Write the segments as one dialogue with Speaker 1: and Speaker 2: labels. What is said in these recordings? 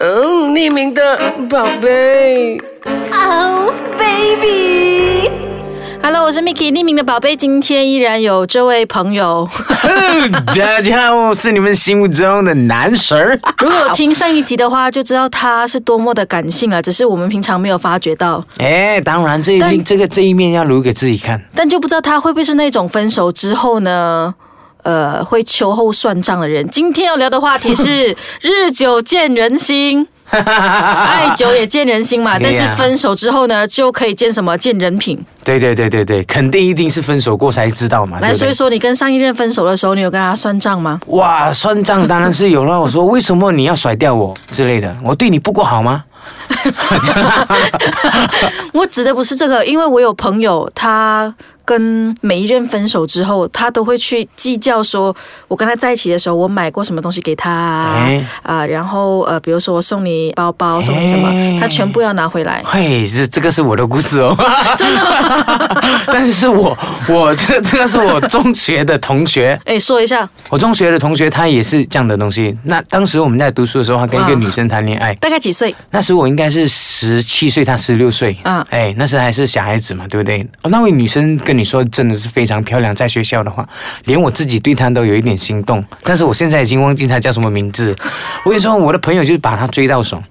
Speaker 1: 嗯，匿名的宝贝。
Speaker 2: Oh baby，
Speaker 3: Hello，我是 Miki，匿名的宝贝，今天依然有这位朋友。
Speaker 4: 大家好，我是你们心目中的男 神。
Speaker 3: 如果有听上一集的话，就知道他是多么的感性啊了，只是我们平常没有发觉到。
Speaker 4: 哎，当然这一
Speaker 3: 但
Speaker 4: 另这个这一面要留给自己看。
Speaker 3: 但就不知道他会不会是那种分手之后呢，呃，会秋后算账的人。今天要聊的话题是日久见人心，爱久也见人心嘛。但是
Speaker 4: 啊 Yeah
Speaker 3: 分手之后呢，就可以见什么？见人品。
Speaker 4: 对对对对对，肯定一定是分手过才知道嘛。
Speaker 3: 来，
Speaker 4: 对不
Speaker 3: 所
Speaker 4: 对
Speaker 3: 以说你跟上一任分手的时候，你有跟他算账吗？
Speaker 4: 哇，算账当然是有了。我说为什么你要甩掉我之类的，我对你不够好吗？
Speaker 3: 我指的不是这个，因为我有朋友，他跟每一任分手之后，他都会去计较说，我跟他在一起的时候，我买过什么东西给他啊、
Speaker 4: 哎
Speaker 3: 啊然后呃，比如说我送你包包，送你什么，
Speaker 4: 哎
Speaker 3: 他全部要拿回来。
Speaker 4: 嘿，这这个是我的故事哦， 真的。但是是我我这这个是我中学的同学，
Speaker 3: 哎，说一下，
Speaker 4: 我中学的同学他也是这样的东西。那当时我们在读书的时候，他跟一个
Speaker 3: 哇
Speaker 4: 女生谈恋爱，
Speaker 3: 大概几岁？
Speaker 4: 那时我应该是十七岁，他十六岁，
Speaker 3: 嗯
Speaker 4: 哎，那时还是小孩子嘛，对不对？哦，那位女生跟你说真的是非常漂亮，在学校的话，连我自己对她都有一点心动，但是我现在已经忘记她叫什么名字。我跟你说，我的朋友就是把她追到手，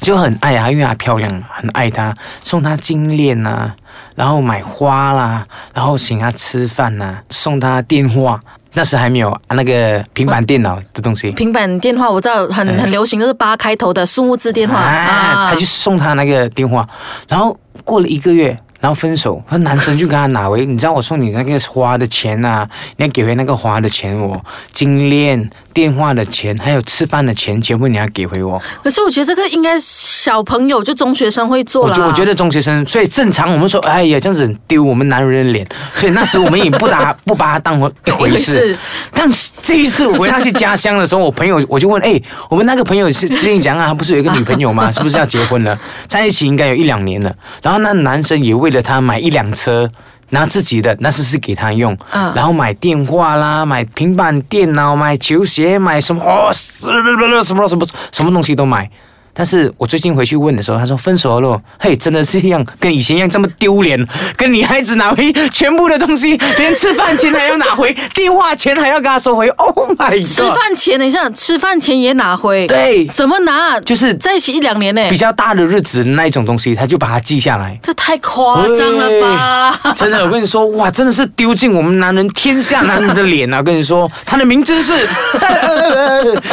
Speaker 4: 就很爱她，因为她漂亮嘛，很爱她，送她金链呐、然后买花啦，然后请她吃饭呐、送她电话。那时还没有啊那个平板电脑的东西，
Speaker 3: 平板电话我知道很很流行，都是八开头的数字电话
Speaker 4: 啊，哎他就送他那个电话，然后过了一个月，然后分手，那男生就跟他拿回，你知道我送你那个花的钱啊，你要给回那个花的钱我，金链、电话的钱，还有吃饭的钱，全部你要给回我。
Speaker 3: 可是我觉得这个应该小朋友就中学生会做
Speaker 4: 我
Speaker 3: 啦。
Speaker 4: 觉我觉得中学生，所以正常我们说，哎呀，这样子很丢我们男人的脸，所以那时我们也不打 不把他当回一回
Speaker 3: 一回
Speaker 4: 事
Speaker 3: 事。
Speaker 4: 但是这一次我回到去家乡的时候，我朋友我就问，哎，我们那个朋友是最近讲啊，他不是有一个女朋友吗？是不是要结婚了？在一起应该有一两年
Speaker 3: 嗯
Speaker 4: 了。然后那男生也为了她买一辆车。拿自己的那是是给她用，
Speaker 3: 嗯
Speaker 4: 然后买电话啦，买平板电脑，买球鞋，买什么哦，什么什么什么什么东西都买。但是我最近回去问的时候，他说分手了咯，嘿，真的是一样，跟以前一样这么丢脸，跟女孩子拿回全部的东西，连吃饭钱还要拿回，电话钱还要跟他收回。Oh my
Speaker 3: 吃
Speaker 4: god！
Speaker 3: 饭前，等一下，吃饭前也拿回。
Speaker 4: 对
Speaker 3: 怎么拿？
Speaker 4: 就是
Speaker 3: 在一起一两年呢、
Speaker 4: 比较大的日子那一种东西，他就把它记下来。
Speaker 3: 这太夸张了吧！
Speaker 4: 真的，我跟你说，哇，真的是丢尽我们男人天下男人的脸啊！ 跟你说，他的名字是，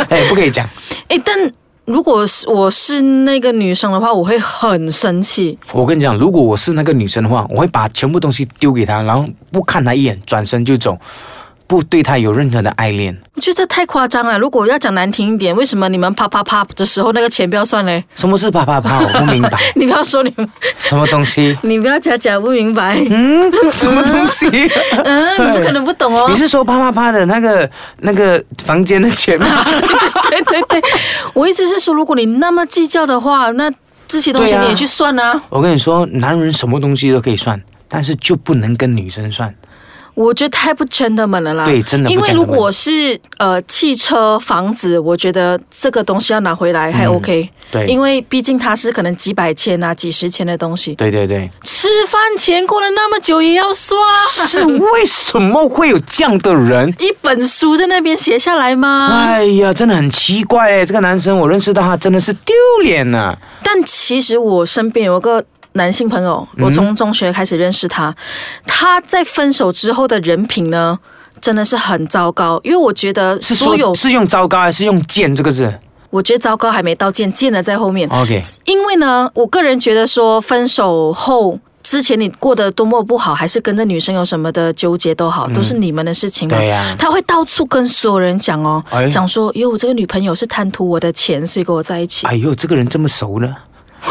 Speaker 4: 哎，不可以讲。
Speaker 3: 哎，但如果是我是那个女生的话，我会很生气。
Speaker 4: 我跟你讲，如果我是那个女生的话，我会把全部东西丢给她，然后不看她一眼，转身就走，不对她有任何的爱恋。
Speaker 3: 我觉得这太夸张了。如果要讲难听一点，为什么你们啪啪啪的时候那个钱不要算嘞？
Speaker 4: 什么是啪啪啪？我不明白，
Speaker 3: 你不要说你们，
Speaker 4: 什么东西？
Speaker 3: 你不要假假不明 白。
Speaker 4: 嗯，什么东西？
Speaker 3: 嗯，你们可能不懂哦
Speaker 4: 你。是说啪啪啪的那个那个房间的钱吗？
Speaker 3: 对对对，我意思是说，如果你那么计较的话，那这些东西
Speaker 4: 对啊
Speaker 3: 你也去算啊。
Speaker 4: 我跟你说，男人什么东西都可以算，但是就不能跟女生算。
Speaker 3: 我觉得太不 gentleman 了啦。
Speaker 4: 对真的不
Speaker 3: 因为
Speaker 4: gentleman
Speaker 3: 如果是呃汽车、房子，我觉得这个东西要拿回来还 OK、
Speaker 4: 嗯对
Speaker 3: 因为毕竟它是可能几百千啊、几十千的东西。
Speaker 4: 对对对，
Speaker 3: 吃饭钱过了那么久也要算，
Speaker 4: 是为什么会有这样的人？
Speaker 3: 一本书在那边写下来吗？
Speaker 4: 哎呀，真的很奇怪哎，这个男生我认识到他真的是丢脸啊呐、
Speaker 3: 但其实我身边有个。男性朋友，我
Speaker 4: 嗯
Speaker 3: 从中学开始认识他，他在分手之后的人品呢，真的是很糟糕。因为我觉得
Speaker 4: 是
Speaker 3: 所有
Speaker 4: 说，是用糟糕还是用贱这个字
Speaker 3: 我觉得糟糕还没到见，见了在后面。
Speaker 4: ？OK，
Speaker 3: 因为呢，我个人觉得说，分手后之前你过得多么不好，还是跟这女生有什么的纠结都好，都是你们的事情嘛。
Speaker 4: 嗯对呀
Speaker 3: 他会到处跟所有人讲哦，
Speaker 4: 哎
Speaker 3: 讲说，因为我这个女朋友是贪图我的钱，所以跟我在一起。
Speaker 4: 哎呦，这个人这么熟呢，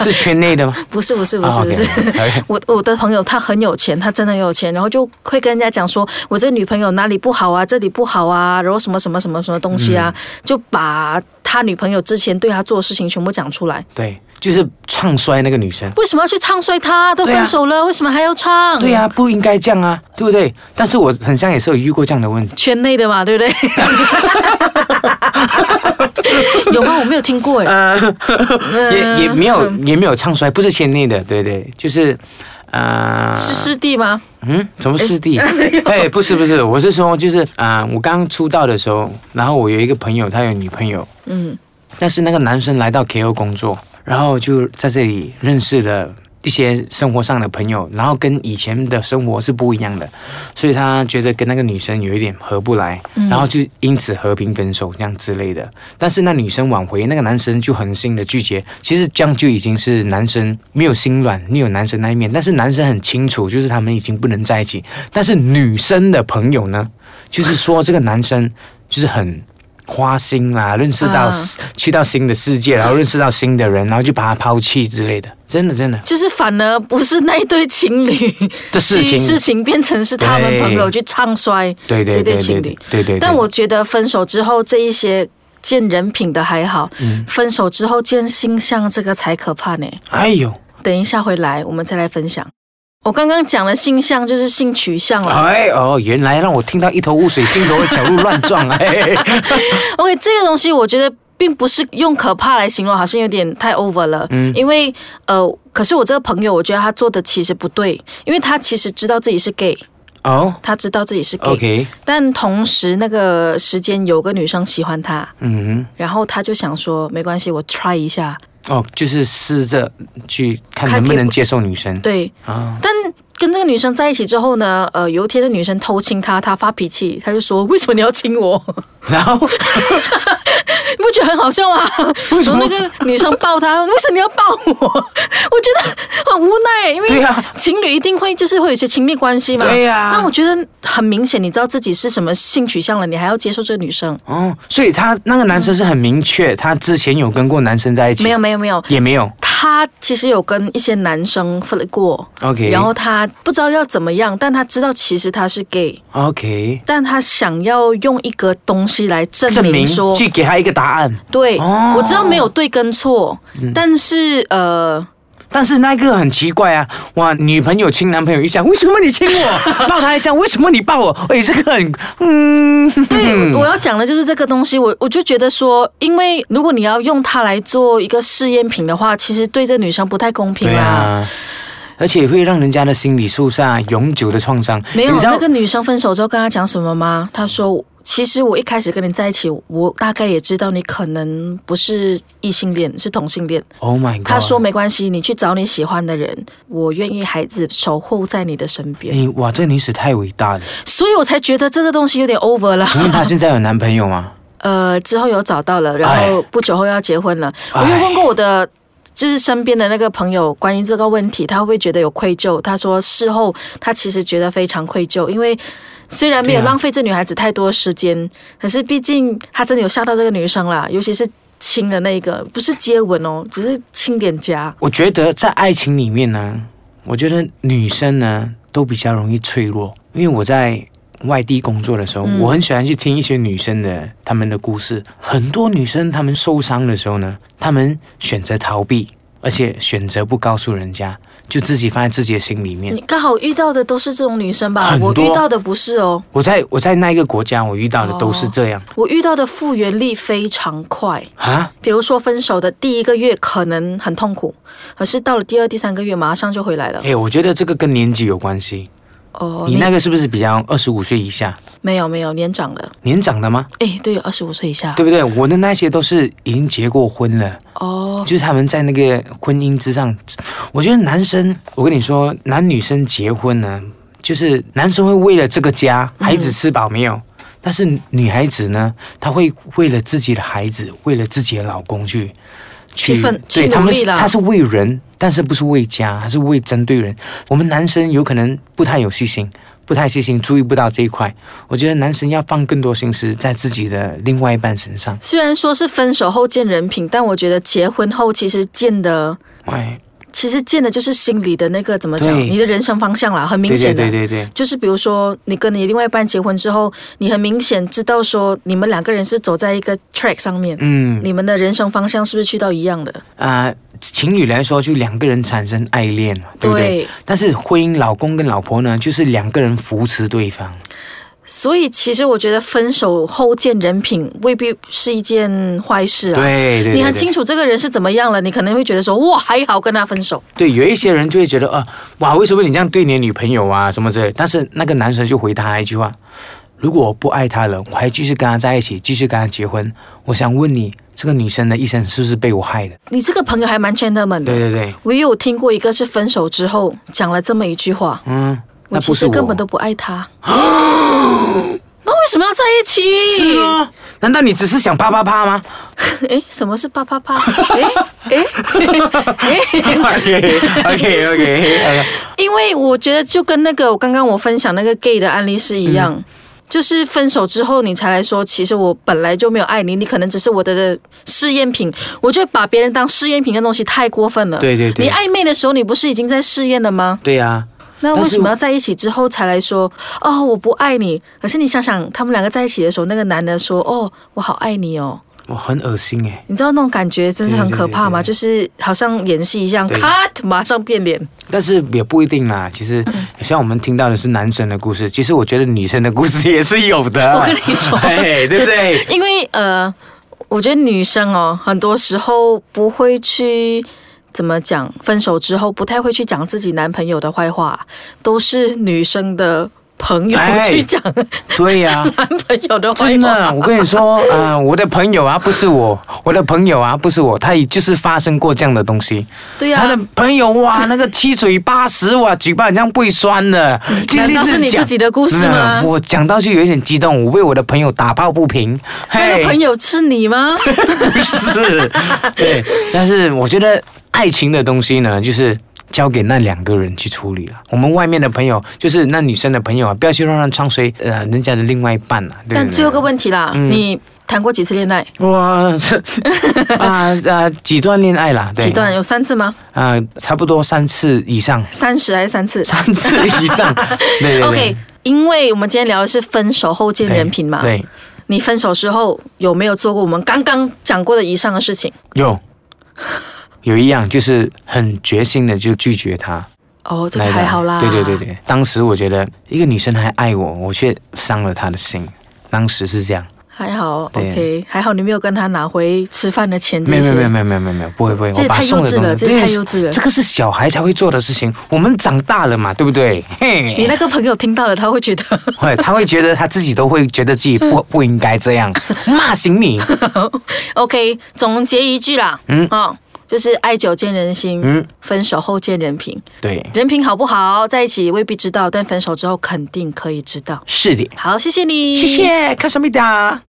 Speaker 4: 是圈内的吗？
Speaker 3: 不是不是不是
Speaker 4: 啊
Speaker 3: 不是
Speaker 4: OK，OK
Speaker 3: 我我的朋友他很有钱，他真的很有钱，然后就会跟人家讲说，我这个女朋友哪里不好啊，这里不好啊，然后什么什么什么什么东西啊，
Speaker 4: 嗯
Speaker 3: 就把他女朋友之前对他做的事情全部讲出来。
Speaker 4: 对，就是唱衰那个女生。
Speaker 3: 为什么要去唱衰他？都
Speaker 4: 对啊
Speaker 3: 分手了，为什么还要唱？
Speaker 4: 对呀、不应该这样啊，对不对？但是 我很像也是有遇过这样的问题。
Speaker 3: 圈内的嘛，对不对？有吗？我没有听过哎。
Speaker 4: 呃，也也没有
Speaker 3: 嗯
Speaker 4: 也没有唱衰，不是圈内的，对对，就是呃，
Speaker 3: 是师弟吗？
Speaker 4: 嗯，什么师弟？哎，不是不是，我是说就是啊、呃我刚出道的时候，然后我有一个朋友，他有女朋友，
Speaker 3: 嗯，
Speaker 4: 但是那个男生来到 KO 工作，然后就在这里认识了一些生活上的朋友，然后跟以前的生活是不一样的，所以他觉得跟那个女生有一点合不来，然后就因此和平分手这样之类的。但是那女生挽回，那个男生就狠心的拒绝。其实这样就已经是男生没有心软，没有男生那一面，但是男生很清楚，就是他们已经不能在一起。但是女生的朋友呢，就是说这个男生就是很。花心啦，认识到、
Speaker 3: 啊
Speaker 4: 去到新的世界，然后认识到新的人，然后就把他抛弃之类的，真的真的
Speaker 3: 就是反而不是那一对情侣
Speaker 4: 的事情，
Speaker 3: 事情变成是他们朋友去唱衰
Speaker 4: 对对
Speaker 3: 这
Speaker 4: 对
Speaker 3: 对
Speaker 4: 对
Speaker 3: 情
Speaker 4: 对
Speaker 3: 侣。
Speaker 4: 对对。
Speaker 3: 但我觉得分手之后这一些见人品的还好，
Speaker 4: 嗯
Speaker 3: 分手之后见星象这个才可怕呢。
Speaker 4: 哎呦，
Speaker 3: 等一下回来我们再来分享。我刚刚讲的性向就是性取向了。
Speaker 4: 哎哦，原来让我听到一头雾水，心头的小鹿乱 撞哎。
Speaker 3: OK，这个东西我觉得并不是用可怕来形容，好像有点太 over 了。嗯，因为呃，可是我这个朋友，我觉得他做的其实不对，因为他其实知道自己是 gay，
Speaker 4: 哦
Speaker 3: 他知道自己是 gay，、
Speaker 4: ，OK，
Speaker 3: 但同时那个时间有个女生喜欢他，
Speaker 4: 嗯
Speaker 3: 然后他就想说没关系，我 try 一下。
Speaker 4: 哼，哦，就是试着去看
Speaker 3: 看
Speaker 4: 能不能
Speaker 3: K-pop
Speaker 4: 接受女生。
Speaker 3: 对，
Speaker 4: 啊，
Speaker 3: 但跟这个女生在一起之后呢，呃，有一天那女生偷亲他，他发脾气，他就说为什么你要亲我？
Speaker 4: 然后
Speaker 3: 你不觉得很好笑吗？
Speaker 4: 为什么
Speaker 3: 然后那个女生抱他？为什么你要抱我？ 我觉得很无奈，因为
Speaker 4: 对啊呀
Speaker 3: 情侣一定会就是会有一些亲密关系嘛。
Speaker 4: 对呀
Speaker 3: 那我觉得很明显，你知道自己是什么性取向了，你还要接受这个女生？
Speaker 4: 哦，所以他那个男生是很明确，他之前有跟过男生在一起，
Speaker 3: 没有，没有没有，
Speaker 4: 也没有。
Speaker 3: 他其实有跟一些男生 flirt 过
Speaker 4: OK
Speaker 3: 然后他不知道要怎么样，但他知道其实他是 gay，
Speaker 4: OK，
Speaker 3: 但他想要用一个东西来证
Speaker 4: 证明
Speaker 3: 明说，
Speaker 4: 去给他一个答案。
Speaker 3: 对、
Speaker 4: 哦嗯
Speaker 3: 我知道没有对跟错，但是呃，
Speaker 4: 但是那个很奇怪啊，哇，女朋友亲男朋友一下，为什么你亲我？ 抱他一下，为什么你抱我？哎，这个很，嗯，
Speaker 3: 对，我要讲的就是这个东西，我我就觉得说，因为如果你要用它来做一个试验品的话，其实对这女生不太公平
Speaker 4: 对
Speaker 3: 啦、
Speaker 4: 啊，而且会让人家的心理受下永久的创伤。
Speaker 3: 没有
Speaker 4: 你知道
Speaker 3: 那个女生分手之后跟他讲什么吗？他说：“其实我一开始跟你在一起，我大概也知道你可能不是异性恋，是同性恋。
Speaker 4: ？Oh my god！
Speaker 3: 他说：“没关系，你去找你喜欢的人，我愿意孩子守护在你的身边。
Speaker 4: 你哇，这个女史太伟大了。”
Speaker 3: 所以我才觉得这个东西有点 over 了。
Speaker 4: 请问她现在有男朋友吗？
Speaker 3: 呃，之后有找到了，然后不久后要结婚了。我
Speaker 4: 哎
Speaker 3: 又问过我的。就是身边的那个朋友，关于这个问题，他会不会觉得有愧疚。他说事后他其实觉得非常愧疚，因为虽然没有
Speaker 4: 对啊
Speaker 3: 浪费这女孩子太多时间，可是毕竟他真的有吓到这个女生啦，尤其是亲的那一个，不是接吻哦，只是亲脸颊。
Speaker 4: 我觉得在爱情里面呢，我觉得女生呢都比较容易脆弱，因为我在。外地工作的时候，
Speaker 3: 嗯
Speaker 4: 我很喜欢去听一些女生的她们的故事。很多女生她们受伤的时候呢，她们选择逃避，而且选择不告诉人家，就自己放在自己的心里面
Speaker 3: 你。刚好遇到的都是这种女生吧？
Speaker 4: 嗯很
Speaker 3: 我
Speaker 4: 多
Speaker 3: 遇到的不是哦，
Speaker 4: 我在我在那一个国家，我遇到的都是这样
Speaker 3: 我遇到的复原力非常快。
Speaker 4: 啊、
Speaker 3: 比如说分手的第一个月可能很痛苦，可是到了第二、第三个月马上就回来了。
Speaker 4: 哎，我觉得这个跟年纪有关系。
Speaker 3: 哦，
Speaker 4: 你那个是不是比较二十五岁以下
Speaker 3: 没有没有年长了，
Speaker 4: 年长的吗？
Speaker 3: 哎，对，二十五岁以下。
Speaker 4: 对不对？我的那些都是已经结过婚了，
Speaker 3: 哦，
Speaker 4: 就是他们在那个婚姻之上。我觉得男生，我跟你说，男女生结婚呢，就是男生会为了这个家，孩子吃饱没有。但是女孩子呢，她会为了自己的孩子，为了自己的老公去
Speaker 3: 去奋
Speaker 4: 对
Speaker 3: 去
Speaker 4: 他
Speaker 3: 努
Speaker 4: 们
Speaker 3: 力
Speaker 4: 是，
Speaker 3: 啦
Speaker 4: 她是为人，但是不是为家，她是为针对人。我们男生有可能不太有细心，不太细心，注意不到这一块。我觉得男生要放更多心思在自己的另外一半身上。
Speaker 3: 虽然说是分手后见人品，但我觉得结婚后其实见的，
Speaker 4: 哎，
Speaker 3: 其实见的就是心里的那个怎么讲，
Speaker 4: 对
Speaker 3: 你的人生方向啦，很明
Speaker 4: 对对
Speaker 3: 显的。
Speaker 4: 对对对，
Speaker 3: 就是比如说，你跟你另外一半结婚之后，你很明显知道说你们两个人是走在一个 track 上面，
Speaker 4: 嗯
Speaker 3: 你们的人生方向是不是去到一样的？
Speaker 4: 啊、情侣来说就两个人产生爱恋嘛，对不对？
Speaker 3: 对
Speaker 4: 但是婚姻，老公跟老婆呢，就是两个人扶持对方。
Speaker 3: 所以其实我觉得分手后见人品未必是一件坏事啊。
Speaker 4: 对对对
Speaker 3: 你很
Speaker 4: 对
Speaker 3: 清楚这个人是怎么样了，你可能会觉得说哇还好跟他分手，
Speaker 4: 对，有一些人就会觉得，呃，哇，为什么你这样对你的女朋友啊，什么之类的？但是那个男生就回他一句话：如果我不爱她了，我还继续跟她在一起，继续跟她结婚，我想问你，这个女生的一生是不是被我害的？
Speaker 3: 你这个朋友还蛮 gentleman
Speaker 4: 对
Speaker 3: 的。
Speaker 4: 对对，
Speaker 3: 我也有听过一个是分手之后讲了这么一句话，
Speaker 4: 嗯，
Speaker 3: 我
Speaker 4: 那
Speaker 3: 其
Speaker 4: 不是
Speaker 3: 实
Speaker 4: 我，
Speaker 3: 根本都不爱 他。那为什么要在一起？
Speaker 4: 是啊，难道你只是想啪啪啪 吗？
Speaker 3: 诶，什么是啪啪啪？诶诶诶，
Speaker 4: OK OK OK，
Speaker 3: 因为我觉得就跟那个我刚刚我分享那个 gay 的案例是一
Speaker 4: 嗯
Speaker 3: 样。就是分手之后，你才来说，其实我本来就没有爱你，你可能只是我的试验品。我就把别人当试验品的东西太过分了。
Speaker 4: 对对对
Speaker 3: 你暧昧的时候，你不是已经在试验了吗？
Speaker 4: 对啊呀、
Speaker 3: 那
Speaker 4: 但
Speaker 3: 为
Speaker 4: 是
Speaker 3: 什么要在一起之后才来说哦我不爱你？可是你想想，他们两个在一起的时候，那个男的说哦我好爱你哦，
Speaker 4: 我很恶心哎、
Speaker 3: 你知道那种感觉真是很可怕吗？
Speaker 4: 对
Speaker 3: 就是好像演戏一样
Speaker 4: 对
Speaker 3: ，cut 马上变脸。
Speaker 4: 但是也不一定啦。其实
Speaker 3: 嗯
Speaker 4: 像我们听到的是男生的故事，其实我觉得女生的故事也是有的。
Speaker 3: 我跟你说
Speaker 4: 哎，对不对？
Speaker 3: 因为呃，我觉得女生哦，很多时候不会去怎么讲，分手之后不太会去讲自己男朋友的坏话，都是女生的朋友
Speaker 4: 哎
Speaker 3: 去讲
Speaker 4: 对呀、
Speaker 3: 男朋友的坏
Speaker 4: 真
Speaker 3: 话。
Speaker 4: 的，我跟你说，呃，我的朋友啊，不是我，我的朋友啊，不是我，他也就是发生过这样的东西。
Speaker 3: 对呀
Speaker 4: 他的朋友哇，那个七嘴八舌哇，嘴巴好像不会酸的。
Speaker 3: 嗯难道是你
Speaker 4: 讲
Speaker 3: 自己的故事
Speaker 4: 没有没有
Speaker 3: 吗
Speaker 4: 我讲到就有一点激动，我为我的朋友打抱不平。
Speaker 3: 那
Speaker 4: 嘿
Speaker 3: 个朋友是你 吗？
Speaker 4: 不是，对，但是我觉得爱情的东西呢，就是。交给那两个人去处理了。我们外面的朋友，就是那女生的朋友啊，不要去乱乱唱衰呃人家的另外一半啊。对不对
Speaker 3: 但最后一个问题啦，
Speaker 4: 嗯
Speaker 3: 你谈过几次恋爱？
Speaker 4: 哇，这啊啊几段恋爱啦？对
Speaker 3: 几段？有三次吗？
Speaker 4: 啊、差不多三次以上，
Speaker 3: 三十还是三次？
Speaker 4: 三次以上。对对对
Speaker 3: OK，因为我们今天聊的是分手后见人品嘛。
Speaker 4: 对，
Speaker 3: 你分手之后有没有做过我们刚刚讲过的以上的事情？
Speaker 4: 有有一样就是很决心的就拒绝他。
Speaker 3: 哦，这个
Speaker 4: 来的
Speaker 3: 还好啦。
Speaker 4: 对对对。对，当时我觉得一个女生还爱我，我却伤了她的心。当时是这样，
Speaker 3: 还好
Speaker 4: 对
Speaker 3: ，OK，还好你没有跟他拿回吃饭的钱这
Speaker 4: 没
Speaker 3: 些。
Speaker 4: 有没有没有没有没有没有没有，不会不会，
Speaker 3: 这
Speaker 4: 我
Speaker 3: 也
Speaker 4: 把
Speaker 3: 太
Speaker 4: 她
Speaker 3: 幼
Speaker 4: 送
Speaker 3: 稚
Speaker 4: 的
Speaker 3: 了
Speaker 4: 东西，
Speaker 3: 这也太
Speaker 4: 对
Speaker 3: 幼稚了
Speaker 4: 这个是小孩才会做的事情，我们长大了嘛，对不对？
Speaker 3: 你
Speaker 4: 嘿，
Speaker 3: 那个朋友听到了，他会觉得
Speaker 4: 会他会觉得他自己都会觉得自己不不应该这样，骂醒你。
Speaker 3: OK。总结一句啦，嗯哦，就是爱久见人心，
Speaker 4: 嗯
Speaker 3: 分手后见人品。
Speaker 4: 对，
Speaker 3: 人品好不好，在一起未必知道，但分手之后肯定可以知道。
Speaker 4: 是的，
Speaker 3: 好，谢谢你，
Speaker 4: 谢。谢，看什么的。